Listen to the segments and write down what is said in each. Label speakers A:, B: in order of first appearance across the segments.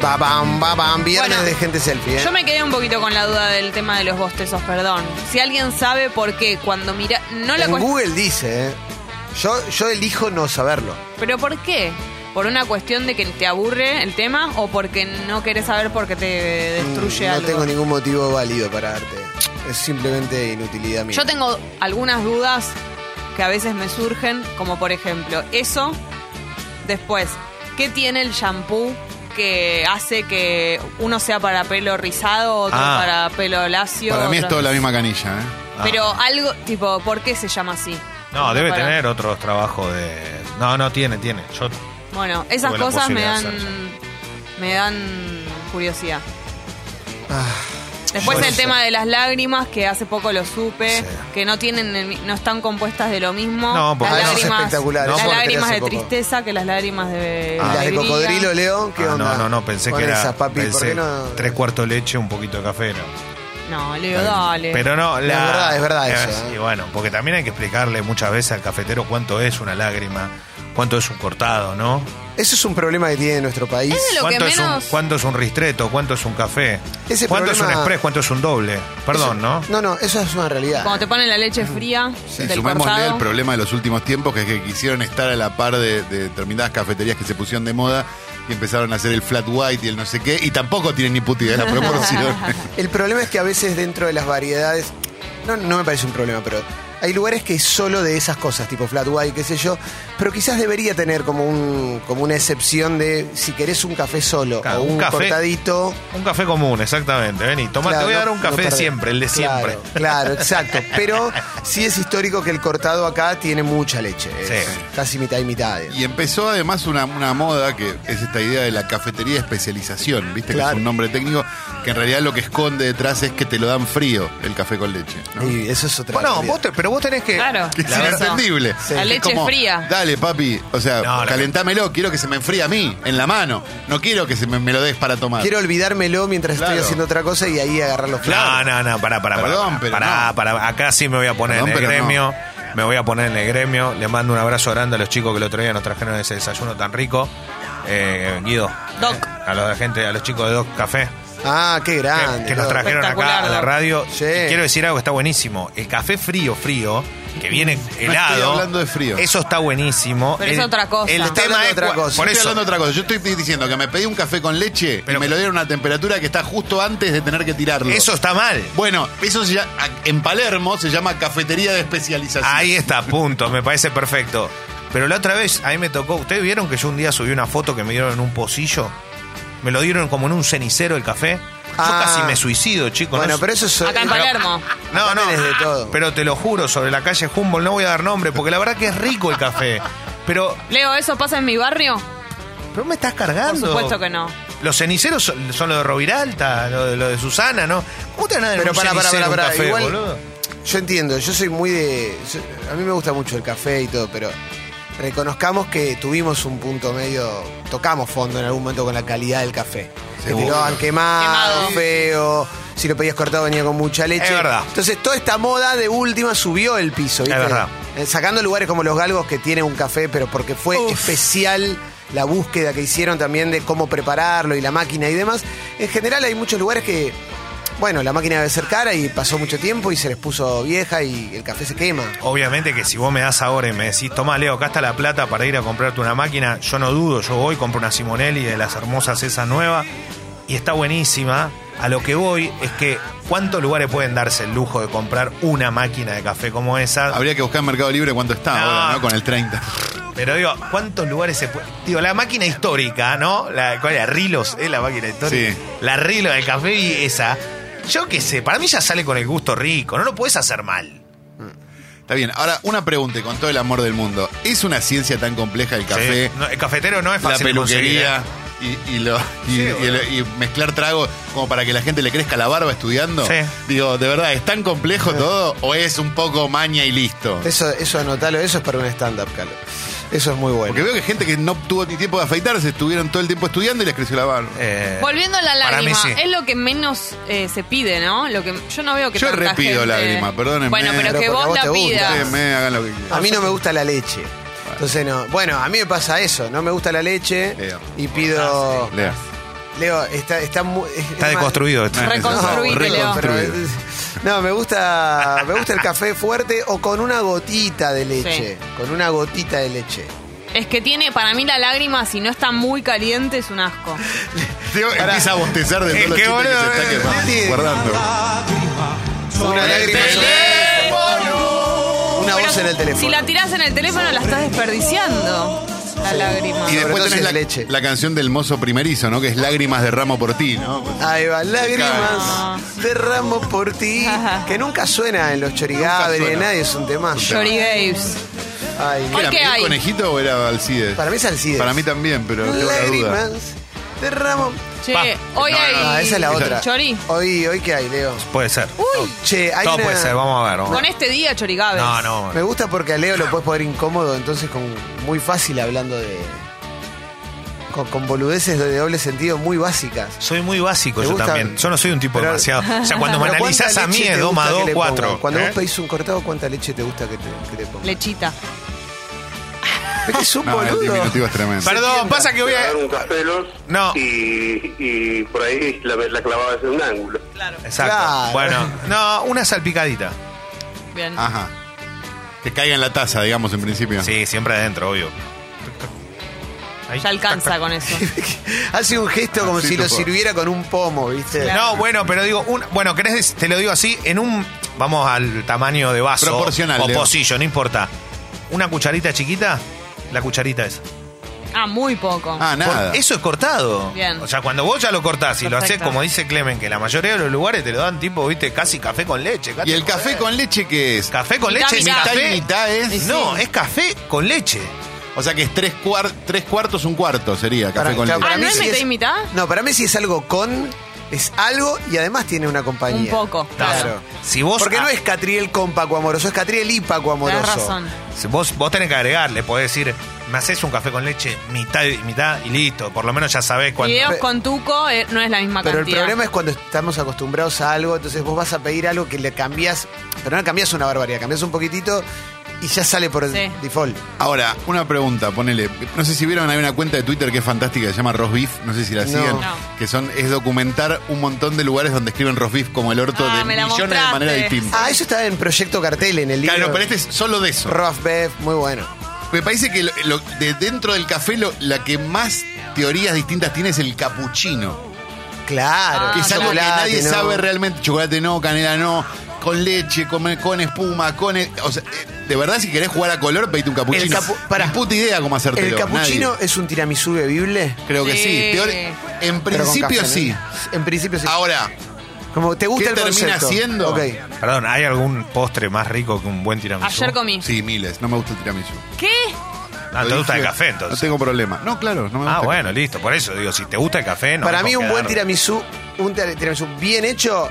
A: Babam, babam. Viernes
B: Bueno,
A: de gente selfie, ¿eh?
B: Yo me quedé un poquito con la duda del tema de los bostezos, perdón. Si alguien sabe por qué, cuando mira. No la
A: en
B: cuest-
A: Google dice, ¿eh? Yo, yo elijo no saberlo.
B: ¿Pero por qué? ¿Por una cuestión de que te aburre el tema o porque no querés saber porque te destruye
A: Mm, no
B: algo?
A: tengo ningún motivo válido para darte. Es simplemente inutilidad mía.
B: Yo tengo algunas dudas que a veces me surgen, como por ejemplo eso. Después, ¿qué tiene el shampoo que hace que uno sea para pelo rizado, otro
C: Ah.
B: para pelo lacio?
D: Para mí es
B: otro-
D: toda la misma canilla, ¿eh?
B: Pero algo, tipo, ¿por qué se llama así?
C: No, debe
B: Para-
C: tener otros trabajos de. No, no tiene, tiene. Yo
B: Bueno, esas
C: Tuve la
B: cosas me
C: posibilidad
B: dan
C: de hacerlo.
B: me dan curiosidad.
A: Ah,
B: Después
A: yo
B: el
A: no
B: tema
A: sé.
B: de las lágrimas, que hace poco lo supe,
C: Sí.
B: que no tienen el mi- no están compuestas de lo mismo.
C: No, porque-
B: las
C: Ah, no, es
B: lágrimas,
A: espectacular,
B: las
C: eso lo
B: lágrimas
A: hace
B: de
A: poco.
B: tristeza que las lágrimas de
A: ¿Y las de
B: alegría.
A: cocodrilo, Leo? ¿Qué
C: Ah,
A: onda?
C: No, no, no, pensé
A: Con
C: que era.
A: esas, papi, ¿por
C: pensé
A: qué no?
C: Tres cuartos de leche, un poquito de café. no.
B: No, Leo, dale.
C: Pero no, la.
A: Es verdad, es verdad
C: la-
A: eso,
C: Y
A: ¿eh?
C: bueno, porque también hay que explicarle muchas veces al cafetero cuánto es una lágrima, cuánto es un cortado, ¿no?
A: Eso es un problema que tiene nuestro país.
B: Es de lo- que
C: ¿Cuánto,
B: menos-
C: es un, ¿Cuánto es un ristreto? ¿Cuánto es un café?
A: Ese
C: ¿Cuánto es un
A: problema-
C: express? ¿Cuánto es un doble? Perdón, ¿no?
A: No, no, eso es una realidad.
B: Cuando te ponen la leche fría
D: Sí,
B: del
D: sumémosle
B: cortado.
D: el problema de los últimos tiempos, que es que quisieron estar a la par de, de determinadas cafeterías que se pusieron de moda y empezaron a hacer el flat white y el no sé qué, y tampoco tienen ni puta idea de la proporción.
A: El problema es que a veces dentro de las variedades, no, no me parece un problema, pero hay lugares que es solo de esas cosas, tipo flat white, qué sé yo, pero quizás debería tener como un como una excepción de si querés un café solo
C: Claro,
A: o
C: un
A: un,
C: café.
A: cortadito.
C: Un café común, exactamente. Vení, tomá,
A: claro,
C: te voy a dar un
A: no
C: café de
A: perdés.
C: siempre, el de
A: Claro,
C: siempre.
A: Claro, exacto. Pero sí es histórico que el cortado acá tiene mucha leche. es
C: Sí.
A: Casi mitad y mitad.
D: Y empezó además una, una moda que es esta idea de la cafetería de especialización, ¿viste? Que
A: Claro.
D: es un nombre técnico que en realidad lo que esconde detrás es que te lo dan frío el café con leche. ¿no?
A: Y eso es otra
C: Bueno,
A: realidad.
C: vos te- pero vos tenés que.
B: Claro.
D: Que es
B: La verdad.
D: inentendible.
A: Sí. La
D: Es
B: leche fría.
D: Dale, papi. O sea,
C: No, la-
D: calentámelo. Quiero que se me enfríe a mí, en la mano. No quiero que se me, me lo des para tomar.
A: Quiero olvidármelo mientras
D: Claro.
A: estoy haciendo otra cosa y ahí agarrar los
C: No,
A: flados.
C: no, no, pará, pará.
D: Perdón,
C: pará,
D: pero
C: pará,
D: no.
C: pará. Acá sí me voy a poner
D: Perdón,
C: en el
D: pero
C: gremio. Me voy a poner en el gremio. Le mando un abrazo grande a los chicos que el otro día nos trajeron ese desayuno tan rico. Eh, Guido.
B: Doc.
C: eh, a los de gente, a los chicos de Doc Café. que-
A: Ah, qué grande.
C: Que, nos
A: loco.
C: trajeron acá
B: Espectacular,
C: a la
B: Doc.
C: radio.
A: Sí.
C: Y quiero decir algo, que está buenísimo. El café frío, frío, que viene helado.
D: hablando de frío.
C: Eso está buenísimo.
B: Pero es
C: El-
B: otra cosa.
C: El
B: Está
C: tema
A: hablando
C: es
A: de otra
C: cua-
A: cosa.
C: Por
D: Yo estoy
C: eso,
D: hablando de otra cosa. Yo estoy diciendo que me pedí un café con leche
C: Pero-
D: y me lo dieron a una temperatura que está justo antes de tener que tirarlo.
C: eso está mal.
D: Bueno, eso se llama- en Palermo se llama cafetería de especialización.
C: Ahí está, punto, me parece perfecto. Pero la otra vez, ahí me tocó, ¿ustedes vieron que yo un día subí una foto que me dieron en un pocillo? Me lo dieron como en un cenicero el café. Yo
A: Ah.
C: casi me suicido, chicos.
A: Bueno,
C: no,
A: pero eso es.
B: Acá en Palermo.
C: no, no.
A: tenés de todo.
C: Pero te lo juro, sobre la calle Humboldt no voy a dar nombre, porque la verdad que es rico el café. Pero,
B: Leo, ¿eso pasa en mi barrio?
C: pero me estás
B: Por
C: cargando.
B: supuesto que no.
C: Los ceniceros son, son los de Roviralta, lo de, lo de Susana, ¿no? ¿Cómo te van a dar en
A: Pero
C: un
A: pará, pará,
C: cenicero
A: pará,
C: un
A: pará,
C: café,
A: igual-
C: boludo?
A: Yo entiendo, yo soy muy de. yo- a mí me gusta mucho el café y todo, pero reconozcamos que tuvimos un punto medio. Tocamos fondo en algún momento con la calidad del café. Que te
D: Seguro.
A: lo daban quemado,
B: Quemado.
A: feo. Si lo pedías cortado venía con mucha leche.
C: Es verdad.
A: Entonces toda esta moda de última subió el piso, ¿viste?
C: Es verdad.
A: Eh, Sacando lugares como los galgos que tienen un café, pero porque fue
C: Uf.
A: especial la búsqueda que hicieron también de cómo prepararlo y la máquina y demás. En general hay muchos lugares que, bueno, la máquina debe ser cara y pasó mucho tiempo y se les puso vieja y el café se quema.
C: Obviamente que si vos me das ahora y me decís, toma Leo, acá está la plata para ir a comprarte una máquina, yo no dudo, yo voy, compro una Simonelli de las hermosas esas nuevas y está buenísima. A lo que voy es que ¿cuántos lugares pueden darse el lujo de comprar una máquina de café como esa?
D: Habría que buscar en Mercado Libre cuánto está
C: No.
D: ahora, ¿no? Con el 30.
C: Pero digo, ¿cuántos lugares se puede? Digo, la máquina histórica, ¿no? La, ¿Cuál era? Rilos, ¿es la máquina histórica?
D: Sí.
C: La Rilo del café y esa. Yo qué sé, para mí ya sale con el gusto rico, no lo puedes hacer mal.
D: Está bien. Ahora, una pregunta y con todo el amor del mundo. ¿Es una ciencia tan compleja el café?
C: Sí. No, el cafetero no es
D: la
C: fácil de conseguir, ¿eh?
D: peluquería y, y lo- y-
C: Sí,
D: y
C: boludo.
D: el- y mezclar tragos como para que la gente le crezca la barba estudiando.
C: Sí.
D: Digo, ¿de verdad es tan complejo todo o es un poco maña y listo?
A: Eso, eso anotalo, eso es para un stand-up, Carlos. Eso es muy bueno.
D: Porque veo que gente que no tuvo ni tiempo de afeitarse estuvieron todo el tiempo estudiando y les creció la barba.
C: Eh,
B: Volviendo a la
C: para mí
B: lágrima,
C: sí.
B: es lo que menos eh, se pide, ¿no? Lo que yo no veo que
D: Yo
B: tanta
D: repido
B: gente-
D: lágrima, perdónenme.
B: Bueno, pero,
A: Pero porque
B: que
A: a
B: vos
A: vos te
B: la
A: gusta.
B: pidas.
D: Ustedes me hagan lo que
A: A
D: quieran.
A: mí no me gusta la leche. Entonces no. Bueno, a mí me pasa eso. No me gusta la leche
D: Leo.
A: y
B: Ah,
A: pido.
D: Lea.
A: Leo, está, está mu- es-
C: Está
A: es más-
C: deconstruido esto.
B: Reconstruite,
A: no,
B: Leo.
A: pero-
D: Reconstruido.
A: no, me gusta, me gusta el café fuerte o con una gotita de leche. Con una gotita de leche.
B: Es que tiene, para mí, la lágrima, si no está muy caliente, es un asco.
D: Leo empieza a bostezar de
C: Es
D: todos los
C: que,
D: chistes que
C: boludo,
D: se está
C: eh,
D: quemando,
A: Leti.
D: guardando.
A: Una lágrima. Una
B: Pero
A: voz en el teléfono.
B: Si la tirás en el teléfono, la estás desperdiciando. La lágrima.
A: todo
D: Y después
A: si
D: tenés
A: es
D: la,
A: leche.
D: la canción del mozo primerizo, ¿no? Que es Lágrimas de Ramo por ti, ¿no?
A: Ahí va, lágrimas
B: No.
A: derramo por ti. Que nunca suena en los chorigabes ni en
D: suena.
A: nadie, es un tema.
B: Jory Gaves.
A: Ay,
D: ¿Era
B: qué
D: Miguel
B: hay?
D: Conejito o era Alcides?
A: para mí es Alcides.
D: Para mí también, pero tengo la duda.
A: Lágrimas derramo.
B: Che,
C: Va.
B: hoy
D: No, no,
B: hay.
D: no,
A: Ah, esa es la otra.
B: Chori.
A: Hoy, hoy qué hay, Leo.
C: Puede ser.
B: Uy,
A: Che, hay
C: Todo
A: una-
C: puede ser, vamos a ver. vamos a
B: con
C: ver.
B: este día, Chori Gaves.
C: No, no.
A: Me gusta porque a Leo lo puedes poner incómodo, entonces con muy fácil hablando de. con, con boludeces de doble sentido muy básicas.
C: Soy muy básico
A: ¿Te
C: yo
A: gusta?
C: también. Yo no soy un tipo
A: Pero-
C: demasiado. O sea, cuando me
A: Pero ¿cuánta
C: analizás a mí
A: leche
C: es
A: te
C: 2 más ¿eh?
A: gusta
C: 2,
A: que le pongan?
C: 4.
A: Cuando vos pedís un cortado, ¿cuánta leche te gusta que te, que te pongan?
B: Lechita.
A: Es que es un
D: No, el
A: boludo.
D: diminutivo es tremendo.
C: Perdón, pasa que voy a.
E: dar un capelos
C: No.
E: y, y por ahí la, la clavaba hacia un ángulo.
C: Exacto.
A: Claro.
C: Bueno, no, una salpicadita.
B: Bien.
D: Ajá. Que caiga en la taza, digamos, en principio.
C: Sí, siempre adentro, obvio. Ahí.
B: Ya alcanza con eso.
A: Hace un gesto como
D: Así
A: si
D: te
A: lo
D: puedo.
A: sirviera con un pomo, ¿viste?
B: Claro.
C: No, bueno, pero digo, un, bueno, querés, dec- te lo digo así, en un, vamos al tamaño de vaso.
D: Proporcional,
C: O
D: Leo.
C: pocillo, no importa. Una cucharita chiquita, la cucharita esa.
B: Ah, muy poco.
D: Ah, nada.
C: Por- Eso es cortado.
B: Bien.
C: O sea, cuando vos ya lo cortás y lo haces
B: Perfecto.
C: como dice Clemen, que la mayoría de los lugares te lo dan tipo, viste, casi café con leche. casi-
D: ¿Y el café con leche qué es?
C: Café con
B: Mitad,
C: leche es
B: mitad.
C: café.
D: y mitad es.
C: No,
B: Sí.
C: es café con leche.
D: O sea que es tres, cuar- tres cuartos, un cuarto sería café
A: Para-
D: con
A: claro,
D: leche.
A: para
B: Ah, ¿no
A: mí
B: es
A: sí
B: mitad y mitad?
A: No, para mí si es algo con, es algo y además tiene una compañía.
B: Un poco.
A: Claro.
C: Si vos,
A: Porque no es Catriel con Paco Amoroso, es Catriel y Paco Amoroso.
B: Tenés razón.
C: si vos, vos tenés que agregarle, podés decir, me haces un café con leche mitad y mitad y listo. Por lo menos ya sabés cuándo.
B: Videos con tuco eh, no es la misma
A: Pero el
B: cantidad.
A: problema es cuando estamos acostumbrados a algo, entonces vos vas a pedir algo que le cambias, pero no cambias una barbaridad, cambias un poquitito y ya sale por el
B: Sí.
A: default.
D: Ahora, una pregunta, ponele. No sé si vieron, hay una cuenta de Twitter que es fantástica, que se llama Roast Beef, no sé si la
A: No.
D: siguen.
B: No.
D: Que son, es documentar un montón de lugares donde escriben Roast Beef como el orto
B: Ah,
D: de
B: me la
D: millones de maneras
B: mostraste.
D: distintas.
A: Ah, eso está en Proyecto Cartel, en el libro.
D: Claro, pero este es solo de eso.
A: Rough Bev, muy bueno.
D: Me parece que lo- lo- de dentro del café lo- la que más teorías distintas tiene es el capuchino.
A: Claro.
B: Ah,
D: que es algo que
A: chocolate,
D: nadie
A: ¿no?
D: sabe realmente. Chocolate no, canela no, con leche, con, con espuma, con... e- O sea, eh, de verdad, si querés jugar a color, pedite un capuchino.
A: El capu- pará.
D: Ni puta idea cómo hacértelo.
A: ¿El capuchino
D: nadie.
A: es un tiramisú bebible?
D: Creo que
B: Sí.
D: sí. Teor- en
A: Pero con
D: principio
A: café,
D: sí.
A: ¿no? En principio sí.
D: Ahora,
A: Como te gusta
D: ¿qué
A: el
D: termina
A: concepto.
D: siendo?
A: Ok.
C: Perdón, ¿hay algún postre más rico que un buen tiramisú?
B: Ayer comí.
D: sí, miles. No me gusta el tiramisú.
B: ¿Qué?
C: Ah, ¿te
D: Lo
C: gusta el
D: dije,
C: café
D: No
C: entonces?
D: tengo problema. No, claro, no me gusta.
C: Ah,
D: el
C: bueno, listo. Por eso digo, si te gusta el café, no.
A: Para
C: me
A: mí
C: puedo
A: un buen
C: quedar-
A: tiramisú, un tira- tiramisú bien hecho,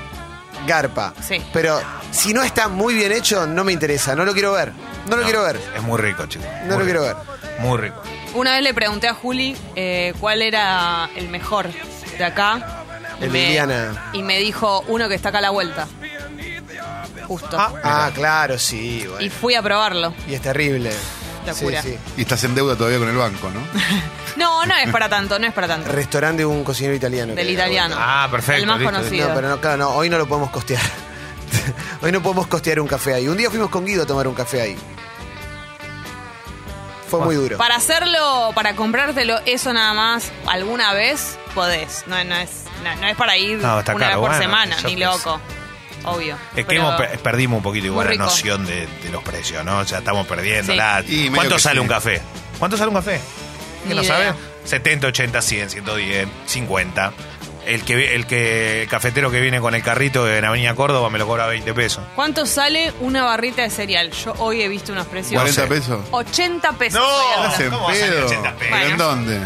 A: garpa.
B: Sí.
A: Pero si no está muy bien hecho, no me interesa. No lo quiero ver. No lo
C: No,
A: quiero ver.
C: Es muy rico, chicos.
A: No lo quiero ver.
C: Muy rico.
B: Una vez le pregunté a Juli eh, cuál era el mejor de acá. Y
A: El de Liliana.
B: Y me dijo uno que está acá a la vuelta. Justo.
C: Ah.
A: Ah, claro, sí. bueno.
B: Y fui a probarlo.
A: Y es terrible.
B: Locura.
D: Y estás en deuda todavía con el banco, ¿no?
B: No, no es para tanto, no es para tanto.
A: Restaurante de un cocinero italiano.
B: Del
A: que-
B: italiano.
C: Ah, perfecto,
B: El más
C: listo,
B: conocido.
A: No, pero no, claro, no, hoy no lo podemos costear. hoy no podemos costear un café ahí. Un día fuimos con Guido a tomar un café ahí. Fue muy duro.
B: Para hacerlo, para comprártelo eso nada más alguna vez, podés. No, no es, no, no es para ir
C: No, está
B: una
C: caro,
B: vez por
C: bueno,
B: semana,
C: yo
B: ni
C: qué sé.
B: loco. Obvio.
C: Es que
B: Pero-
C: hemos per- perdimos un poquito igual
B: Muy rico.
C: la noción de, de los precios, ¿no? Ya estamos perdiendo.
B: Sí.
C: la-
D: Y medio
C: ¿Cuánto
D: que
C: sale
D: sí.
C: un café? ¿Cuánto sale un café? ¿Qué
B: Ni
C: no
B: idea.
C: sabes? 70, 80, 100, 110, 50. El que el que el cafetero que viene con el carrito en Avenida Córdoba me lo cobra 20 pesos.
B: ¿Cuánto sale una barrita de cereal? Yo hoy he visto unos precios.
D: ¿40
C: sé.
D: pesos?
B: 80 pesos.
C: No,
B: hoy
C: no
B: acá.
D: Estás en
C: ¿cómo va a salir
D: pedo?
C: 80 pesos?
D: ¿Pero en
B: Bueno.
D: dónde?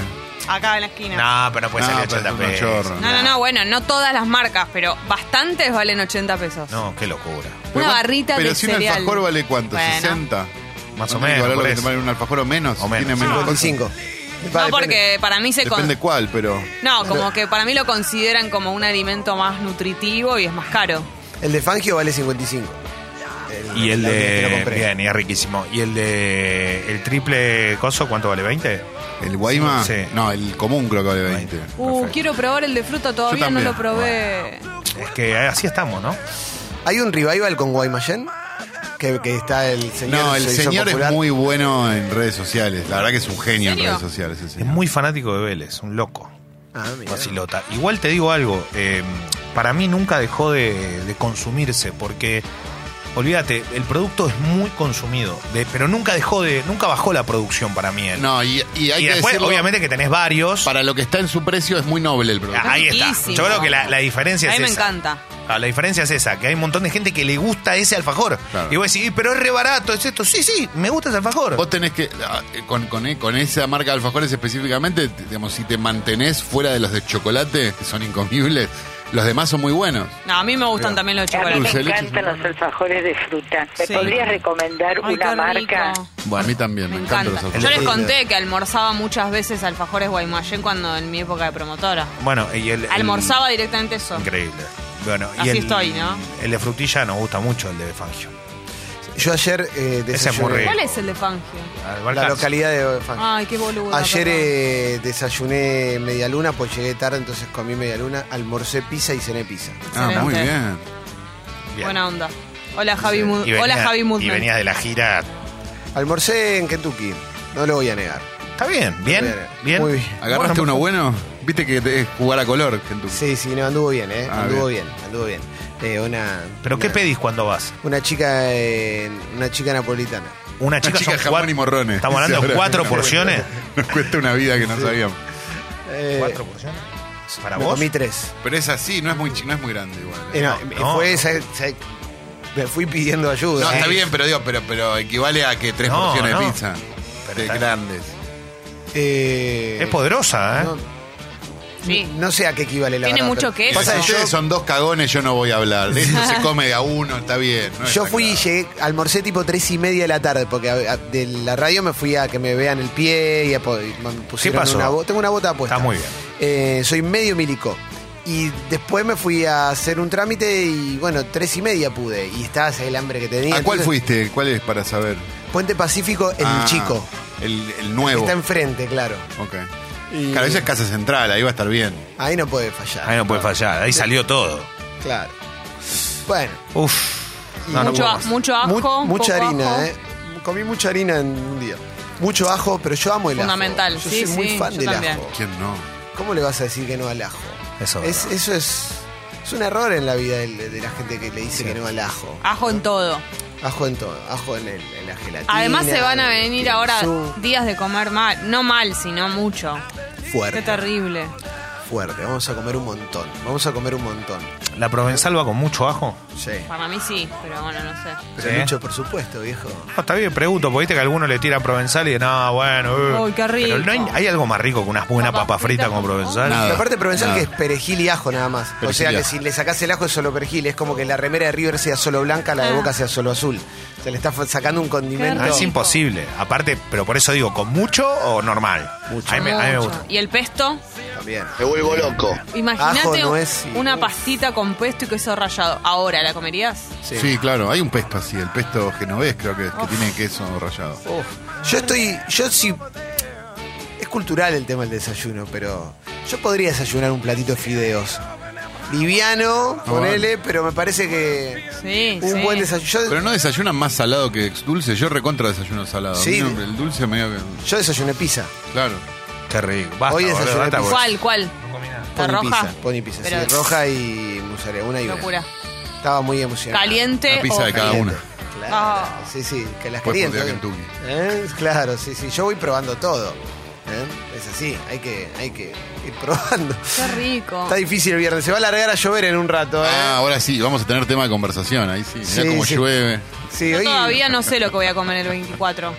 B: acá en la esquina.
C: No, pero no puede
D: No,
C: salir
D: pero
C: 80
D: es un
C: pesos.
D: chorro.
B: No, no, no, bueno, no todas las marcas, pero bastantes valen 80 pesos.
C: No, qué locura.
D: Pero cuán-
B: barrita
D: pero
B: de
D: si un
B: cereal.
D: alfajor vale cuánto,
B: Bueno.
D: 60.
C: Más
D: ¿No
C: o
D: tiene
C: menos,
D: valor
C: por
D: lo que
C: eso.
D: te vale un alfajor o menos.
C: O menos.
D: Tiene menos
A: Con
D: cosas.
A: cinco.
B: Ah. No,
A: Depende.
B: porque para mí se... con-
D: Depende cuál, pero.
B: No, como que para mí lo consideran como un alimento más nutritivo y es más caro.
A: El de Fangio vale 55. El- no.
C: Y el
A: la última vez que lo
C: de.
A: compré.
C: Bien, y es riquísimo. ¿Y el de. El triple coso, cuánto vale? ¿20?
D: ¿El Guayma?
C: Sí.
D: No, el común creo que vale 20.
B: Uh,
D: Perfecto.
B: quiero probar el de fruta, todavía no
D: también.
B: lo probé.
C: Es que así estamos, ¿no?
A: ¿Hay un revival con Guaymallén? Que, que está el señor.
D: No, el
A: se hizo
D: señor es
A: popular.
D: muy bueno en redes sociales. La verdad que es un
B: ¿En
D: genio en
B: serio?
D: redes sociales. el
C: Es
D: señor.
C: muy fanático de Vélez, un loco.
A: Ah, mirá.
C: Vacilota. Igual te digo algo, eh, para mí nunca dejó de, de consumirse, porque olvídate, el producto es muy consumido, de- pero nunca dejó de, nunca bajó la producción para mí. él.
D: No, y, y hay
C: y
D: que
C: después,
D: decirlo,
C: obviamente que tenés varios.
D: para lo que está en su precio es muy noble el producto.
C: Ah, ahí está.
B: Riquísimo.
C: Yo creo que la, la diferencia
B: A
C: es
B: mí me
C: esa.
B: encanta.
C: Ah, la diferencia es esa, que hay un montón de gente que le gusta ese alfajor.
D: Claro.
C: Y vos decís, "Y, pero es re barato, es esto. Sí, sí, me gusta ese alfajor.
D: Vos tenés que, ah, eh, con, con, eh, con esa marca de alfajores específicamente, t- digamos, si te mantenés fuera de los de chocolate, que son incomibles, los demás son muy buenos.
B: No, a mí me gustan también los
F: A mí me
B: chocolates.
D: Dulce de leche
F: encantan
D: es muy
F: los alfajores de fruta. ¿Me
B: Sí.
F: podrías recomendar
B: Ay,
F: una
B: qué
F: marca?
B: rico.
D: a mí también, me,
B: Me
D: encantan
B: encanta.
D: los
B: Yo
D: alfajores.
B: les conté que almorzaba muchas veces alfajores Guaymallén cuando en mi época de promotora.
C: bueno, y el, el-
B: Almorzaba directamente eso.
C: Increíble. Bueno, y
B: Así
C: el-
B: estoy, ¿no?
C: El de frutilla nos gusta mucho, el de Fangio.
A: Yo ayer. Eh,
C: Ese es muy
A: desayuné-
C: rico.
B: ¿Cuál es el de Fangio?
A: La localidad de Fangio.
B: Ay, qué boludo.
A: Ayer eh, desayuné media luna, pues llegué tarde, entonces comí media luna, almorcé pizza y cené pizza.
D: Ah, muy
B: Excelente.
D: bien.
C: Bien.
B: Buena onda. Hola Javi,
C: Y
B: Mu-
C: venía-
B: Hola Javi
C: Y
B: Mudman.
C: venías de la gira.
A: Almorcé en Kentucky, no lo voy a negar.
C: Está bien, bien,
A: Bien,
C: bien.
A: muy bien.
D: ¿Agarraste uno bueno? Viste que te- es jugar a color. Que en tu-
A: Sí, sí, no, anduvo bien, ¿eh?
D: Ah,
A: anduvo bien. anduvo bien. Eh, una,
C: ¿Pero qué
A: una-
C: pedís cuando vas?
A: Una chica, eh, una chica napolitana.
C: Una
D: Una
C: chica,
D: chica
C: son
D: jamón
C: cuatro-
D: y morrones.
C: Estamos hablando de
D: Ahora,
C: cuatro
D: no,
C: porciones.
D: Nos cuesta una vida que no sabíamos.
A: Eh,
C: ¿Cuatro porciones? ¿Para
A: me
C: vos?
A: comí tres.
D: Pero es así, no es muy, chi- no es muy grande igual.
A: Eh, no,
C: No,
A: eh,
C: no.
A: fue esa- esa- me fui pidiendo ayuda.
D: No, está
A: Eh,
D: bien, pero digo, pero, pero equivale a que tres
C: No,
D: porciones de
C: no.
D: pizza.
C: Pero
D: de
C: está-
D: grandes.
A: eh,
C: Es poderosa, ¿eh?
A: No,
B: Sí.
A: no sé a qué equivale la
B: Tiene
A: verdad,
B: mucho
A: pero-
B: queso.
A: Pasa
D: Si
A: que yo,
D: ustedes son dos cagones, yo no voy a hablar. De esto se come de a uno, está bien. no
A: yo
D: está
A: fui y
D: claro.
A: llegué, almorcé tipo tres y media de la tarde, porque a- a- de la radio me fui a que me vean el pie y a, po- y me pusieron
C: pasó?
A: una bota. Tengo una bota puesta.
C: Está muy bien.
A: Eh, soy medio milico. Y después me fui a hacer un trámite y bueno, tres y media pude. Y estaba ese el hambre que tenía.
D: ¿A cuál
A: Entonces,
D: fuiste? ¿Cuál es para saber?
A: Puente Pacífico, el
D: Ah,
A: chico.
D: El, el nuevo.
A: Está enfrente, claro.
D: Ok. Claro, esa es Casa Central, ahí va a estar bien.
A: Ahí no puede fallar.
C: Ahí no puede fallar, ahí salió todo.
A: Claro. Bueno,
C: Uf. No, no
B: mucho,
C: puedo
B: a-
C: más.
B: mucho ajo.
A: mu-
B: poco
A: mucha harina,
B: ajo.
A: ¿eh? Comí mucha harina en un día. Mucho ajo, pero yo amo el ajo.
B: Fundamental,
A: Yo
B: sí,
A: soy muy
B: sí,
A: fan
B: yo
A: del
B: también.
A: ajo.
D: ¿Quién no?
A: ¿Cómo le vas a decir que no al ajo?
C: Eso es
A: es,
C: verdad.
A: eso es, es un error en la vida del- de, la gente que le dice que no al ajo.
B: Ajo en todo.
A: Ajo en todo, ajo en, el- en la gelatina.
B: Además se van a
A: en el
B: venir ahora
A: tiramisú.
B: días de comer mal. No mal, sino mucho.
A: Fuerte.
B: Qué terrible.
A: Fuerte, vamos a comer un montón. Vamos a comer un montón.
C: La provenzal va con mucho ajo.
A: Sí.
B: Para mí sí, pero bueno, no sé.
A: Pero
C: Sí.
A: Lucho, por supuesto, viejo.
C: No, está bien, pregunto, porque viste que algunos le tiran provenzal y no, bueno. eh.
B: Uy, qué rico.
C: Pero no hay, hay algo más rico que una buena
B: Papas
C: papa frita
B: fritas
C: con
B: con
C: provenzal.
D: Nada.
A: La parte provenzal
D: nada.
A: que es perejil y ajo nada más. o
D: Perejil
A: sea
D: y
A: que
D: ajo.
A: si le sacás el ajo es solo perejil. Es como que la remera de River sea solo blanca, la de
B: Ah.
A: Boca sea solo azul. Se le está fa- sacando un condimento.
D: Ah,
C: No, Ah, es
B: rico.
C: imposible. Aparte, pero por eso digo, ¿con mucho o normal? A mí, me- a mí me
B: Mucho.
C: gusta.
B: Y el pesto,
A: También.
E: Me vuelvo loco.
A: Ajo,
B: imagínate
A: nuez y-
B: una
A: Uf.
B: pastita con pesto y queso rallado. Ahora, ¿la comerías?
D: Sí. claro, hay un pesto así, el pesto genovés creo que, que tiene queso rallado.
A: Uf. Yo estoy. Yo sí. Es cultural el tema del desayuno, pero. Yo podría desayunar un platito de fideos. Liviano,
D: Ah,
A: ponele, pero me parece que.
B: Sí,
A: Un
B: sí.
A: buen desayuno. Yo-
D: Pero no desayunan más salado que dulce, yo recontra desayuno salado. A mí
A: Sí.
D: no- el dulce medio que...
A: Yo desayuné pizza.
D: Claro.
C: Qué rico. Basta,
A: Hoy
C: boludo,
A: desayuné
C: basta,
A: pizza.
C: porque-
B: ¿Cuál, cuál? ¿La
A: Pony
B: roja?
A: pizza. Pony pizza, sí,
B: Pero-
A: Roja y mozzarella. Una y una.
B: Locura.
A: Estaba muy emocionado.
B: ¿Caliente
D: La pizza
B: o
D: de cada
A: Caliente.
D: una.
A: Claro.
B: Ah.
A: Sí, sí, que las
D: Después
A: calientes.
D: pondría
A: obvio. ¿Eh? Claro, sí, sí. Yo voy probando todo. ¿eh? Es así, hay que, hay que ir probando.
B: Qué rico.
A: Está difícil el viernes. Se va a largar a llover en un rato, ¿eh?
D: Ah, ahora sí, vamos a tener tema de conversación, ahí sí. Mirá
A: Sí,
D: cómo
A: sí.
D: llueve.
A: sí,
B: Yo
A: hoy-
B: todavía no sé lo que voy a comer el 24.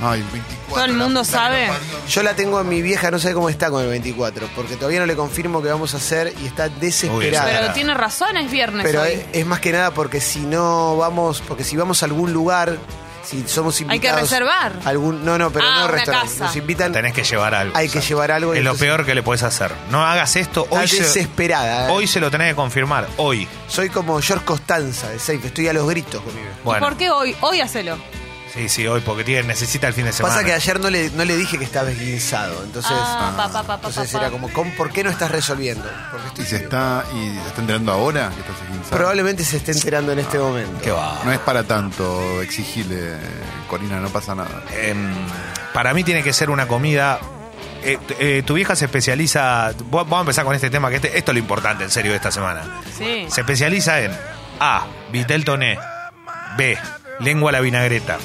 D: Ay, el 24.
B: Todo el
D: la
B: mundo
D: puta que lo
B: sabe.
D: parió.
A: Yo la tengo a mi vieja, no sé cómo está con el 24, porque todavía no le confirmo qué vamos a hacer y está
C: Uy,
A: desesperada.
B: Pero tiene razón, es viernes
A: Pero
B: hoy.
A: es, es más que nada porque si no vamos, porque si vamos a algún lugar, si somos
B: que
A: invitados.
B: reservar.
A: Algún, no, no, pero
B: Ah,
A: no
B: una
A: restaurante.
B: casa.
A: Nos invitan.
C: Tenés que llevar algo.
A: Hay que llevar algo y
C: Es lo
A: entonces-
C: peor que le puedes hacer. No hagas esto.
A: Está
C: Hoy se,
A: desesperada. ¿eh?
C: hoy se lo tenés que confirmar. Hoy.
A: Soy como George Costanza de Seinfeld, estoy a los gritos con mi bebé.
C: Bueno.
B: ¿Por qué hoy? Hoy hacelo.
C: Sí, sí, hoy, porque tiene, necesita el fin de semana.
A: Pasa que ayer no le, no le dije que estaba esguinzado, entonces,
B: Ah, pa, pa, pa, pa,
A: entonces
B: pa, pa.
A: era como, ¿cómo- ¿por qué no estás resolviendo? Porque
D: Y
A: estoy
D: se
A: frío.
D: está, y se está enterando ahora que estás esguinzado.
A: Probablemente se esté enterando en este momento.
C: Ah, Qué va.
D: No es para tanto exigirle, Corina, no pasa nada.
C: Em, para mí tiene que ser una comida. eh, t- eh, tu vieja se especializa. vo- Vamos a empezar con este tema, que este- esto es lo importante en serio de esta semana.
B: Sí.
C: Se especializa en A. Vitel toné. B. Lengua a la vinagreta.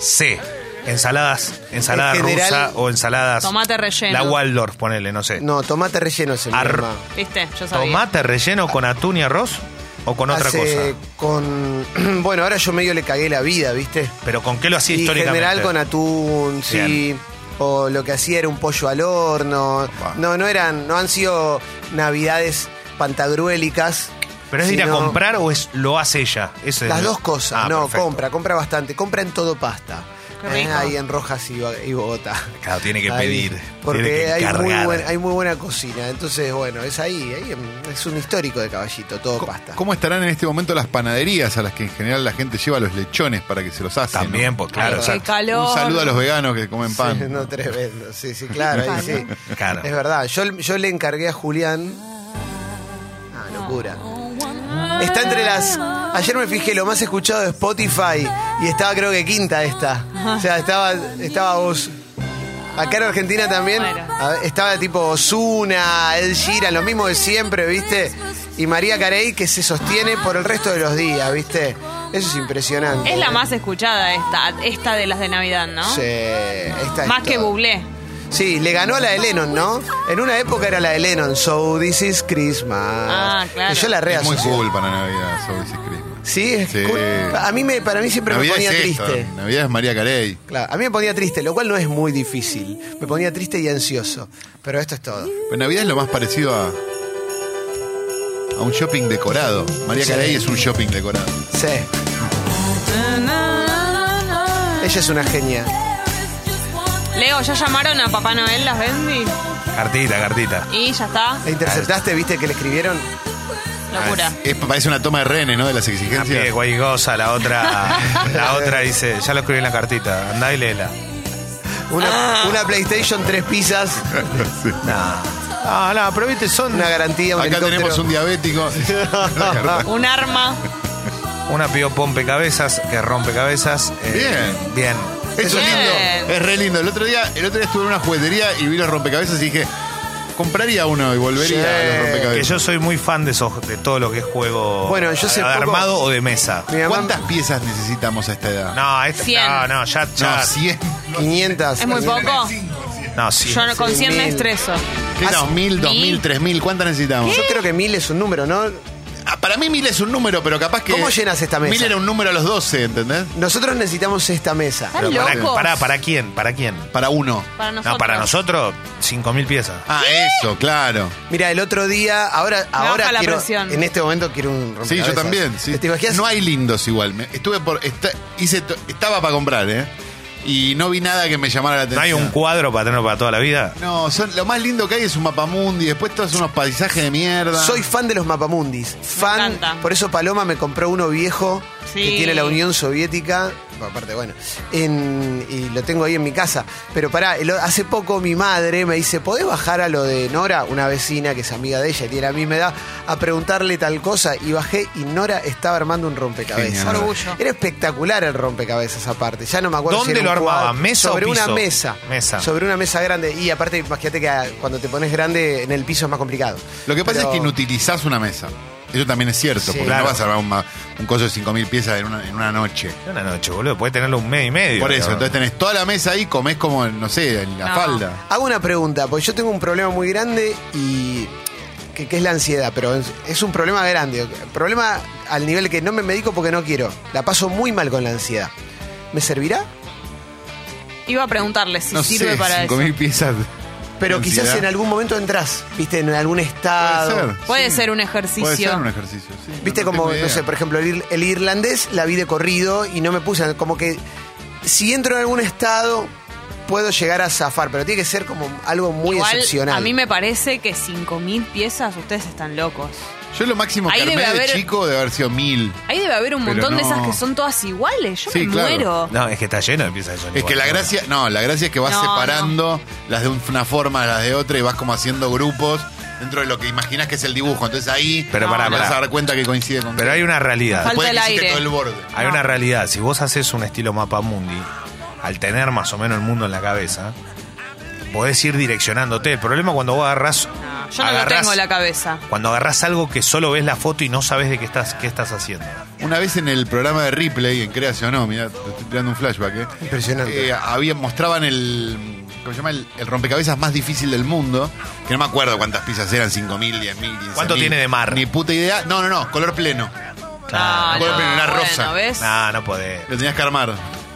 C: C. Ensaladas, ensalada
A: En general,
C: rusa o ensaladas.
B: Tomate relleno.
C: La Waldorf, ponele, no sé.
A: No, tomate relleno es el
C: Ar-
A: problema.
B: Viste, yo sabía.
C: ¿Tomate relleno con atún y arroz o con otra
A: Hace
C: cosa?
A: con. Bueno, ahora yo medio le cagué la vida, ¿viste?
C: ¿Pero con qué lo hacía
A: y en
C: históricamente?
A: general con atún, sí.
C: Bien.
A: O lo que hacía era un pollo al horno.
D: Opa.
A: No, no eran, no han sido navidades pantagruélicas.
C: ¿Pero es de ir a
A: sino
C: comprar o es lo hace ella? Ese es
A: Las
C: el-
A: dos cosas.
C: Ah,
A: no,
C: perfecto.
A: compra, compra bastante. Compra en todo pasta.
B: Qué
A: Eh,
B: rico.
A: ahí en Rojas y, Bo- y Bogotá.
C: Claro, tiene que
A: Ahí.
C: pedir.
A: Porque
C: tiene que
A: hay, muy
C: cargar.
A: buen- hay muy buena cocina. Entonces, bueno, es ahí. ahí en- es un histórico de caballito, todo pasta.
D: ¿Cómo estarán en este momento las panaderías a las que en general la gente lleva los lechones para que se los hacen?
C: También,
D: ¿no?
C: pues claro.
B: Ay,
C: o sea,
B: qué calor.
D: Un saludo a los veganos que comen pan.
A: Sí, no, tremendo. Sí, sí, claro. ahí sí.
C: Claro.
A: Es verdad. Yo, yo le encargué a Julián. Ah, locura. Está entre las. Ayer me fijé lo más escuchado de Spotify y estaba, creo que quinta esta. O sea, estaba, estaba vos. Acá en Argentina también
B: Bueno.
A: a ver, estaba tipo Osuna, El Gira, lo mismo de siempre, ¿viste? Y María Carey que se sostiene por el resto de los días, ¿viste? Eso es impresionante.
B: Es la más escuchada esta, esta de las de Navidad, ¿no?
A: Sí, esta es
B: Más que
A: toda.
B: Bublé.
A: Sí, le ganó a la de Lennon, ¿no? En una época era la de Lennon, So This is Christmas.
B: Ah, claro.
A: Que yo la
D: Es muy
A: reasocio.
D: cool para Navidad, sobre ese Christmas.
A: Sí, es
D: Sí.
A: cool. A mí me, para mí siempre
D: Navidad
A: me ponía
D: es esto,
A: triste.
D: Navidad es María Carey.
A: Claro, a mí me ponía triste, lo cual no es muy difícil. Me ponía triste y ansioso. Pero esto es todo.
D: Pero Navidad es lo más parecido a, a un shopping decorado. María
A: Sí.
D: Carey es un shopping decorado.
A: Sí. Ella es una genia.
B: Leo, ¿ya llamaron a Papá Noel las Bendy?
C: Cartita, cartita.
B: Y ya está.
A: ¿La interceptaste? ¿Viste que le escribieron?
B: Locura.
D: Es- parece una toma de rehenes, ¿no? De las
C: Una
A: Ah,
C: pibe
D: exigencias.
C: guaygosa, la otra, la otra dice, ya lo escribí en la cartita, andá y léela.
B: Ah.
A: Una, una PlayStation, tres pizzas,
D: Sí.
C: Ah, no, pero viste, son
A: una
C: una,
A: garantía, un
D: Acá
A: helicóptero.
D: tenemos un diabético.
B: Un arma.
C: una pibe rompecabezas, que rompecabezas.
D: Bien.
C: Bien.
D: Eso es
B: Bien.
D: lindo, es re lindo. El otro día, el otro día estuve en una juguetería y vi los rompecabezas y dije, compraría uno y volvería
A: Sí.
D: a los
C: Que
D: rompecabezas.
C: yo soy muy fan de, esos, de todo lo que es juego
A: Bueno, yo sé
C: de
A: poco-
C: armado o de mesa.
A: Mi mamá-
D: ¿Cuántas piezas necesitamos a esta edad?
C: No, esta-
B: Cien.
C: no, no, ya, ya.
D: no 100.
A: 500.
B: Es muy poco.
C: No, sí.
B: Yo no- con 100 me
A: Mil.
B: estreso.
D: ¿Qué?
A: Ah,
D: 2000, 2000, 3000, ¿cuántas necesitamos?
A: Yo creo que mil es un número, ¿no?
D: Ah, para mí 1000 es un número, pero capaz que
A: ¿Cómo llenas esta mesa?
D: 1000 era un número a los 12, ¿entendés?
A: Nosotros necesitamos esta mesa.
B: ¿Están
D: Pero
C: Para-
B: locos?
C: Pará, ¿para quién? ¿Para quién?
D: Para uno.
B: Para nosotros.
C: No, para nosotros, 5.000 piezas.
D: Ah, eso, claro.
A: Mira, el otro día, ahora, ahora
B: baja la
A: quiero,
B: presión.
A: en este momento quiero un
D: Sí,
A: rompecabezas.
D: yo también. sí.
A: ¿Te imaginas?
D: No hay lindos igual. Me- Estuve por. esta- hice to- estaba para comprar, ¿eh? Y no vi nada que me llamara la
C: ¿No
D: atención.
C: hay un cuadro para tenerlo para toda la vida?
D: No, son- lo más lindo que hay es un mapamundi, después todos unos paisajes de mierda.
A: Soy fan de los mapamundis. Fan.
B: encanta.
A: Por eso Paloma me compró uno viejo que
B: Sí.
A: tiene la Unión Soviética. Aparte, bueno. en- y lo tengo ahí en mi casa. Pero pará, el- hace poco mi madre me dice: ¿Podés bajar a lo de Nora, una vecina que es amiga de ella y tiene la misma edad, a preguntarle tal cosa? Y bajé y Nora estaba armando un rompecabezas.
D: Genial.
B: Orgullo.
A: Era espectacular el rompecabezas aparte. Ya no me acuerdo
C: ¿Dónde
A: si era
C: lo
A: un cuadro.
C: armaba? ¿Mesa o
A: Sobre
C: piso?
A: una mesa.
C: Mesa.
A: Sobre una mesa grande. Y aparte, imagínate que ah, cuando te pones grande en el piso es más complicado.
D: Lo que pasa
A: Pero-
D: es que inutilizás una mesa. Eso también es cierto, porque
C: claro.
D: no vas a armar un, ma- un coso de 5.000 piezas en una, en una noche.
C: Una noche, boludo. Puedes tenerlo un mes y medio.
D: Por eso,
C: cabrón.
D: entonces tenés toda la mesa ahí, comés como, no sé, en la
B: No.
D: falda.
A: Hago una pregunta, porque yo tengo un problema muy grande y. Que, que es la ansiedad, pero es, es un problema grande. Problema al nivel que no me medico porque no quiero. La paso muy mal con la ansiedad. ¿Me servirá?
B: Iba a preguntarle si
D: No
B: sirve
D: sé,
B: para eso.
D: 5.000 piezas.
A: Pero
D: ansiedad.
A: quizás en algún momento entras, viste, en algún estado.
D: Puede ser.
B: Puede
D: sí.
B: ser un
D: Puede ser
B: ejercicio.
D: un ejercicio, sí.
A: Viste
D: No
A: como,
D: tengo
A: no sé,
D: idea.
A: por ejemplo, el, ir- el irlandés la vi de corrido y no me puse, como que si entro en algún estado puedo llegar a zafar, pero tiene que ser como algo muy
B: Igual,
A: excepcional.
B: a mí me parece que 5.000 piezas, ustedes están locos.
D: Yo lo máximo que
B: Ahí
D: armé
B: debe
D: de
B: haber-
D: chico de haber sido mil.
B: Ahí debe haber un
D: Pero
B: montón de
D: no.
B: esas que son todas iguales. Yo
D: Sí,
B: me
D: claro.
B: muero.
C: No, es que está lleno de piezas de Johnny
D: Es que la
C: Walker.
D: gracia, no, la gracia es que vas
B: No,
D: separando las de una forma, las de otra, y vas como haciendo grupos dentro de lo que imaginas que es el dibujo. Entonces ahí
C: Pero
D: te
C: pará,
D: vas a
C: pará.
D: dar cuenta que coincide con.
C: Pero hay una realidad.
B: Falta
D: Puede
B: el
D: que hiciste
B: aire.
D: todo el borde.
C: Hay
B: No.
C: una realidad, si vos haces un estilo mapamundi, al tener más o menos el mundo en la cabeza, podés ir direccionándote. El problema es cuando vos agarrás.
B: No, yo no lo
C: agarrás-
B: tengo en la cabeza.
C: Cuando agarrás algo que solo ves la foto y no sabes de qué estás, qué estás haciendo.
D: Una vez en el programa de Ripley, en Creación, no, mira, te estoy tirando un flashback, ¿eh?
A: Impresionante.
D: Eh, había- mostraban el, ¿cómo se llama? El, el rompecabezas más difícil del mundo, que no me acuerdo cuántas piezas eran, 5.000, 10.000, 15.000.
C: ¿Cuánto tiene de mar?
D: Ni puta idea. No, no, no, color pleno.
B: Ah,
D: Bueno, pero una
B: bueno,
D: rosa.
B: ¿ves?
C: No, no podés.
D: Lo tenías que armar.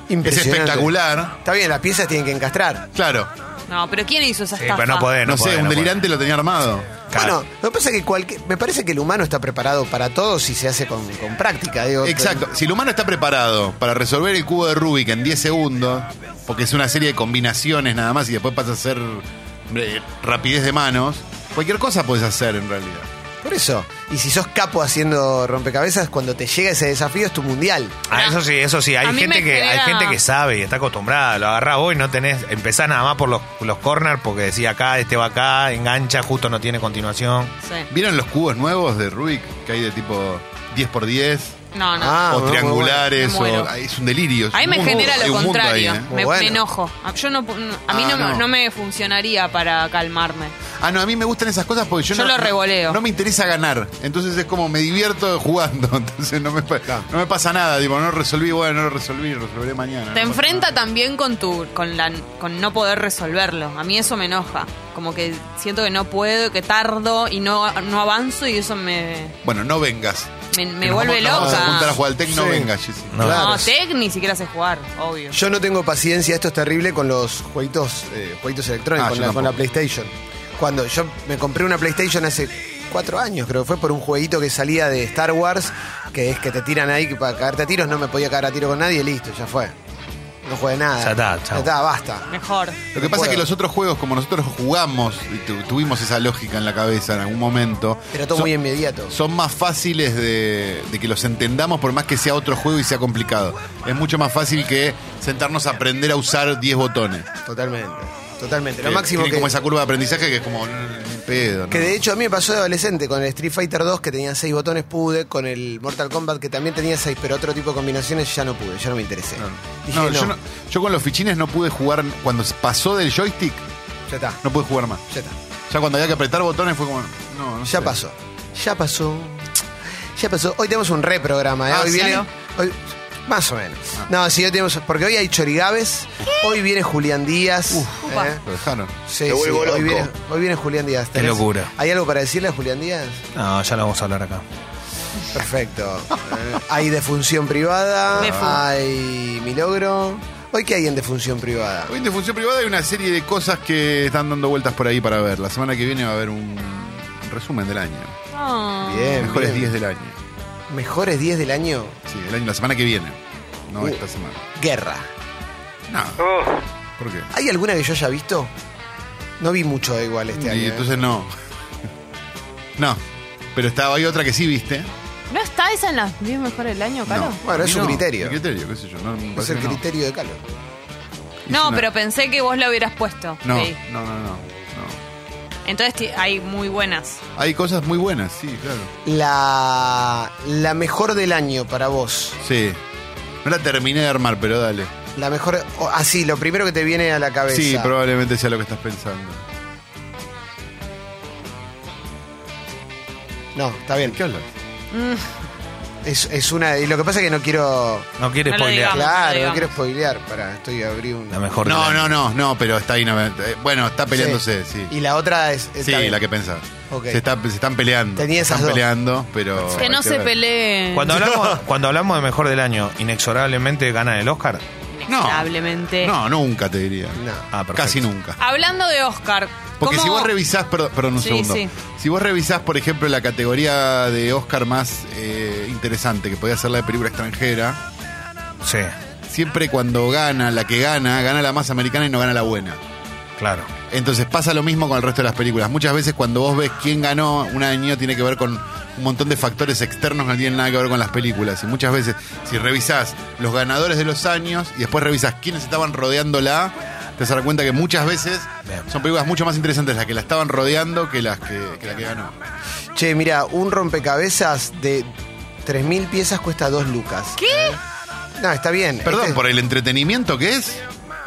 A: Impresionante.
D: Es espectacular.
A: Está bien, las piezas tienen que encastrar.
D: Claro.
B: No, pero ¿quién hizo esa
C: Sí,
B: estafa?
C: pero no podés,
D: pues
C: Eh,
D: no,
C: no,
D: sé,
C: podés,
D: un
C: no podés.
D: delirante lo tenía armado.
C: Claro.
A: Bueno, lo que pasa es que cualquier, me parece que el humano está preparado para todo si se hace con, con práctica. Digo,
D: Exacto. Si el humano está preparado para resolver el cubo de Rubik en 10 segundos, porque es una serie de combinaciones nada más y después pasa a ser eh, rapidez de manos, cualquier cosa puedes hacer en realidad.
A: Por eso. Y si sos capo haciendo rompecabezas, cuando te llega ese desafío es tu mundial.
C: Ah, eso sí, eso sí. Hay
B: A mí
C: gente
B: me
C: que hay
B: genera-
C: gente que sabe y está acostumbrada. Lo agarrás vos y no tenés. Empezás nada más por los, los corners porque decía acá, este va acá, engancha, justo no tiene continuación.
B: Sí.
D: ¿Vieron los cubos nuevos de Rubik? Que hay de tipo 10x10
B: No, no.
A: Ah,
D: o
A: muy
D: triangulares.
B: bueno. Me
D: o,
B: muero.
D: es un delirio. es
B: Ahí
D: un
B: me
D: mundo.
B: genera
D: Hay
B: lo
D: un mundo
B: contrario.
D: ahí, ¿eh?
B: me,
A: Bueno.
B: me enojo. A- Yo no, pu- a mí
D: Ah,
B: no, me-
D: no.
B: no me funcionaría para calmarme.
D: Ah, no, a mí me gustan esas cosas porque yo,
B: Yo lo
D: no,
B: revoleo.
D: No, me interesa ganar. Entonces es como me divierto jugando. Entonces no me, pa- no me pasa nada. Digo, no resolví, bueno, no lo resolví, resolveré mañana.
B: Te
D: no pasa
B: enfrenta
D: nada.
B: también con tu con la con no poder resolverlo. A mí eso me enoja. Como que siento que no puedo, que tardo y no, no avanzo y eso me,
D: Bueno, no vengas.
B: me, me
D: Nos
B: vuelve
D: vamos- nos Vamos a apuntar a
B: loca.
D: jugar al Tec, no
A: Sí.
D: vengas, Jessy.
C: No.
B: No,
A: Claro.
B: Tec ni siquiera sé jugar, obvio.
A: Yo no tengo paciencia, esto es terrible con los jueguitos, eh, jueguitos electrónicos,
D: Ah,
A: con,
D: yo
A: la, con la
D: tampoco.
A: PlayStation. Cuando yo me compré una PlayStation hace cuatro años, creo que fue por un jueguito que salía de Star Wars, que es que te tiran ahí que para cagarte a tiros, no me podía cagar a tiro con nadie, listo, ya fue. No jugué nada.
C: Ya está, chao.
A: ya está, basta.
B: Mejor.
D: Lo
A: No
D: que pasa es
A: puedo.
D: que los otros juegos, como nosotros jugamos, y tu- tuvimos esa lógica en la cabeza en algún momento.
A: Pero todo
D: son-
A: muy inmediato.
D: son más fáciles de, de que los entendamos por más que sea otro juego y sea complicado. Es mucho más fácil que sentarnos a aprender a usar 10 botones.
A: Totalmente. Totalmente. Lo
D: Que
A: máximo
D: tiene
A: que.
D: como esa curva de aprendizaje que es como mm, ni pedo. ¿no?
A: Que de hecho a mí me pasó de adolescente con el Street Fighter 2 que tenía seis botones pude, con el Mortal Kombat que también tenía seis, pero otro tipo de combinaciones ya no pude, ya no me interesé. Dije,
D: Ah.
A: no,
D: No, Yo, no- yo con los fichines no pude jugar. Cuando pasó del joystick,
A: ya está,
D: no pude jugar más.
A: ya está.
D: Ya cuando había que apretar botones fue como. No, no
A: Ya
D: sé.
A: pasó. Ya pasó. Ya pasó. Hoy tenemos un reprograma, ¿eh?
D: Ah,
A: hoy
D: ¿sí?
A: viene. hoy- más o menos. No, sí, hoy tenemos. Porque hoy hay Chorigaves. Hoy viene Julián Díaz.
B: upa.
A: ¿eh?
D: Lo dejaron.
A: Sí,
E: Me
A: sí,
E: vuelvo
A: Hoy,
E: loco.
A: viene, hoy viene Julián Díaz.
C: Qué locura.
A: ¿Hay algo para decirle a Julián Díaz?
C: No, ya lo vamos a hablar acá.
A: Perfecto. Eh, hay defunción privada.
B: Defu.
A: Hay milagro. ¿Hoy qué hay en defunción privada?
D: Hoy en Defunción Privada hay una serie de cosas que están dando vueltas por ahí para ver. La semana que viene va a haber un resumen del año.
B: Ah.
A: Bien.
D: Mejores
A: Eh, bien.
D: 10 del año.
A: Mejores 10 del año.
D: Sí, el año, la semana que viene. No
A: Uh.
D: esta semana.
A: Guerra.
D: No,
E: Oh,
D: ¿por qué?
A: ¿Hay alguna que yo haya visto? No vi mucho igual este año.
D: y
A: ¿eh?
D: entonces no. No. Pero estaba hay otra que sí viste.
B: ¿No está esa en las 10 mejores del año, Caro?
D: No.
A: Bueno,
D: A mí
A: es un
D: no.
A: criterio.
D: Un criterio, qué sé yo. No, me
A: ¿eh? Es
D: parece
A: el
D: que no.
A: criterio de Calo.
D: Hice
B: No,
D: una-
B: pero pensé que vos la hubieras puesto.
D: No,
B: Sí.
D: no, no, no, no.
B: Entonces ti- hay muy buenas.
D: Hay cosas muy buenas, sí, claro.
A: La, la mejor del año para vos.
D: Sí. No la terminé de armar, pero dale.
A: La mejor. o- Así, lo primero que te viene a la cabeza.
D: Sí, probablemente sea lo que estás pensando.
A: No, está
D: ¿De
A: bien. Mm.
D: qué hablas?
A: Es, es una. Y lo que pasa es que no quiero.
C: No quiere
B: No lo
C: spoilear.
B: digamos.
A: claro, no
B: digamos.
A: quiero spoilear. Para, estoy abriendo una.
C: La mejor.
D: No,
C: del año.
D: no, no, no, pero está ahí. no- eh, bueno, está peleándose, sí.
A: Y la otra es.
D: Sí,
A: está bien.
D: la que pensás.
A: Ok.
D: Se, está- se están peleando.
A: Tenía
D: se
A: esas
D: están
A: dos.
D: peleando, pero.
B: Que no
D: hay
B: se
D: Oh, ver.
B: peleen.
C: Cuando hablamos, cuando hablamos de mejor del año, inexorablemente ganan el Oscar.
B: inexorablemente.
D: No, nunca te diría.
A: No.
C: Ah, perfecto.
D: Casi nunca.
B: Hablando de Oscar,
D: Porque
B: ¿cómo-
D: si vos revisás, perdón, perdón, un
B: Sí,
D: segundo.
B: sí.
D: Si vos revisás, por ejemplo, la categoría de Oscar más eh, interesante, que podía ser la de película extranjera,
C: Sí,
D: siempre cuando gana la que gana, gana la más americana y no gana la buena.
C: claro.
D: Entonces pasa lo mismo con el resto de las películas. Muchas veces cuando vos ves quién ganó un año tiene que ver con un montón de factores externos que no tienen nada que ver con las películas. Y muchas veces si revisás los ganadores de los años y después revisás quiénes estaban rodeándola, te vas a dar cuenta que muchas veces
C: Bien.
D: son películas mucho más interesantes las que la estaban rodeando que las que, que la que ganó.
A: Che, mira, un rompecabezas de 3.000 piezas cuesta 2 lucas.
B: ¿Qué?
A: No, está bien.
D: Perdón,
A: Este-
D: por el entretenimiento que es.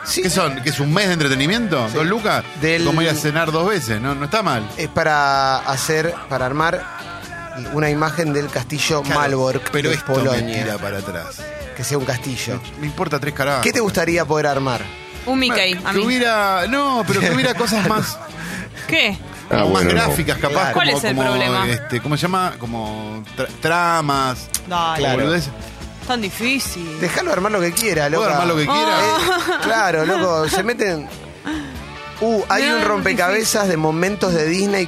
A: Sí.
D: ¿Qué son? ¿Que es un mes de entretenimiento? ¿Dos lucas?
A: Del-
D: Como ir a cenar dos veces, ¿no? No está mal.
A: Es para hacer, para armar una imagen del castillo Malbork
D: Pero
A: de
D: esto me
A: Polonia.
D: tira para atrás.
A: Que sea un castillo.
D: Me importa tres carajos.
A: ¿Qué te gustaría poder armar?
B: Un Mickey,
D: Que
B: a mí.
D: hubiera. No, pero que hubiera cosas más,
B: ¿Qué?
E: Ah,
D: más
E: bueno, no.
D: gráficas, capaz.
A: Claro.
B: ¿Cuál
D: como,
B: es el
D: como,
B: problema?
D: Este, ¿Cómo se llama? Como tra- tramas.
B: Dale,
A: Claro.
D: boludeces.
B: tan difícil.
A: Déjalo armar lo que quiera, loco.
D: Puedo armar lo que quiera.
A: claro, loco, se meten. Uh, hay
B: No,
A: un
B: es
A: rompecabezas de momentos de Disney,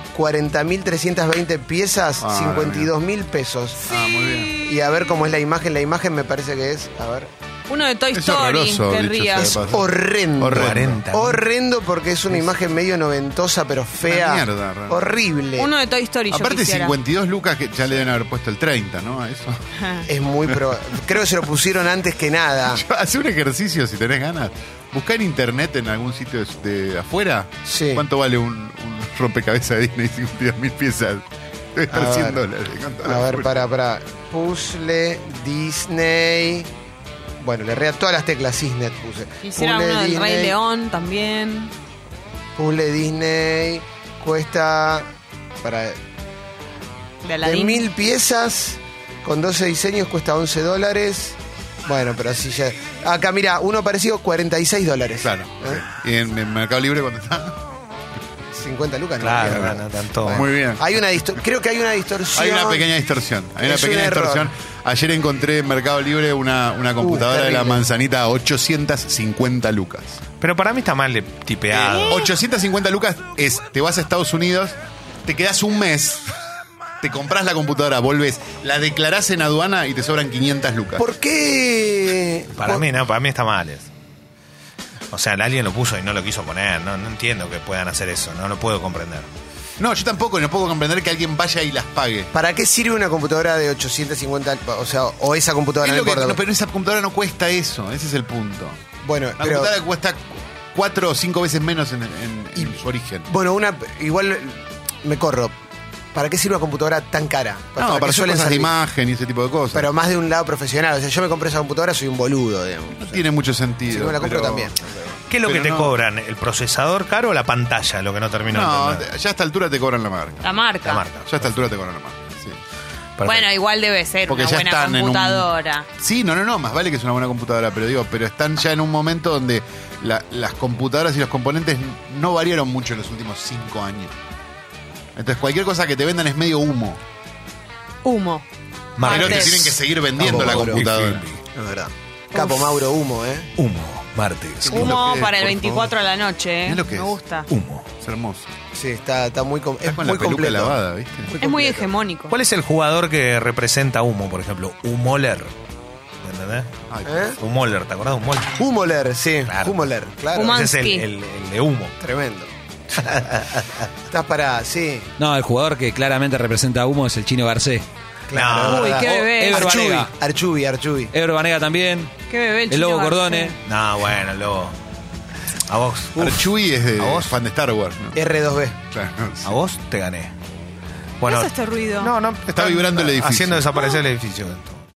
A: 40.320 piezas,
D: Ah,
A: 52.000 pesos.
D: Ah, muy bien.
A: Y a ver cómo es la imagen, la imagen me parece que es, a ver.
B: Uno de Toy
D: Es
B: Story,
D: horroroso,
B: te
D: dicho sea
B: rías.
D: de paso.
A: Horrendo.
D: Horrendo.
A: Horrendo porque es una imagen medio noventosa, pero fea.
D: Una mierda, realmente.
A: horrible.
B: Uno de Toy Story, yo
D: Aparte,
B: quisiera.
D: 52 lucas que ya le deben haber puesto el 30, ¿no? A eso.
A: Es muy pro... Creo que se lo pusieron antes que nada.
D: Yo- Hacé un ejercicio si tenés ganas. Buscá en internet en algún sitio de, de afuera.
A: Sí.
D: ¿Cuánto vale un, un rompecabezas de Disney? 52 mil piezas. Debe estar
A: A
D: 100
A: ver.
D: dólares. ¿Cuánto
A: A ver,
D: vale?
A: para, para. Puzzle, Disney. Bueno, le rea todas las teclas Cisnet puse. Puzzle,
B: Quisiera uno del Rey
A: Disney,
B: León también.
A: Puzzle Disney. Cuesta. Para.
B: De
A: De
B: Aladdin.
A: mil piezas. Con 12 diseños cuesta 11 dólares. Bueno, pero así ya. Acá, mira, uno parecido, 46 dólares.
D: Claro.
A: ¿Eh?
D: Y en, en Mercado Libre, ¿cuánto está?
A: 50 lucas, no
C: Claro,
A: entiendo.
C: no, no, tanto.
D: Muy bien.
A: Hay una distor- creo que hay una distorsión.
D: Hay una pequeña distorsión. Hay una
A: Es un
D: pequeña
A: error. Uh,
D: distorsión. Ayer encontré en Mercado Libre una, una computadora de la
A: terrible.
D: manzanita a 850 lucas.
C: Pero para mí está mal de-
A: Ah.
C: tipeado.
D: 850 lucas es, te vas a Estados Unidos, te quedas un mes, te compras la computadora, volvés, la declarás en aduana y te sobran 500 lucas.
A: ¿Por qué?
C: Para
A: por-
C: mí, no, para mí está mal. eso. O sea, alguien lo puso y no lo quiso poner. No, no entiendo que puedan hacer eso. No lo puedo comprender.
D: No, yo tampoco, no puedo comprender que alguien vaya y las pague.
A: ¿Para qué sirve una computadora de 850? O sea, o esa computadora
D: Es
A: no
D: lo que-
A: importa.
D: no, pero esa computadora no cuesta eso, ese es el punto.
A: Bueno,
D: La
A: pero
D: computadora cuesta cuatro o cinco veces menos en, en- en su origen.
A: bueno, una igual me corro. ¿Para qué sirve una computadora tan cara?
D: No,
A: qué
D: para hacer
A: suelen
D: cosas de
A: servir?
D: imagen y ese tipo de cosas.
A: Pero más de un lado profesional, o sea, yo me compré esa computadora, soy un boludo, digamos.
D: no tiene mucho sentido.
A: Si no me la compro
D: pero-
A: también.
C: ¿Qué es lo
D: Pero
C: que te
D: no.
C: cobran? ¿El procesador caro o la pantalla? Lo que no termino de
D: No,
C: entender.
D: ya a esta altura te cobran la marca.
B: La marca.
C: La marca.
D: Ya a esta altura te cobran la marca. Sí,
C: Perfecto.
B: Bueno, igual debe ser
D: Porque
B: una
D: ya
B: buena
D: están en un-
B: computadora.
D: Sí, no, no, no, más vale que es una buena computadora, pero digo, pero están ya en un momento donde la- las computadoras y los componentes no variaron mucho en los últimos cinco años. Entonces cualquier cosa que te vendan es medio humo.
B: Humo.
D: Pero te
B: Martes.
D: tienen que seguir vendiendo la
A: Tampoco,
D: computadora.
A: No, es verdad. Capo Mauro Humo, ¿eh?
C: Humo, martes.
B: Humo
D: que es,
B: para el
D: por
B: 24 a la noche, ¿eh?
D: Mirá lo que
B: Me
D: es.
B: gusta.
C: Humo.
D: Es hermoso.
A: Sí, está, está muy com-
D: Está
A: es
D: con
A: muy
D: la peluca
A: completo.
D: lavada, ¿viste?
B: Es muy
A: completo.
B: hegemónico.
C: ¿Cuál es el jugador que representa a Humo, por ejemplo? Humoler. ¿Me entendés?
D: Ay,
A: ¿Eh?
C: Humoler, ¿te acordás de Humoler?
A: Humoler, sí.
C: Claro.
A: Humoler, Uh, claro.
B: Human-
C: Ese es el,
B: Humansky.
C: el- el de humo.
A: Tremendo. Estás para, sí.
G: No, el jugador que claramente representa a Humo es el chino Garcés.
A: Claro,
C: No,
A: es
B: Uy,
A: verdad.
B: qué bebé.
G: Ever
A: Archubi,
G: Banega.
A: Archubi, Archubi.
G: Ebro Banega también.
B: Qué bebé el
G: El Lobo
B: chino
G: Cordone.
B: Garcés.
C: no, bueno, luego. A vos.
D: Archuy es de,
C: ¿A vos?
D: fan de Star Wars, ¿no?
A: R2B.
D: Claro, sí.
C: A vos te gané.
B: ¿Qué es este ruido?
C: No, no.
D: Está vibrando el edificio.
C: Haciendo desaparecer el edificio.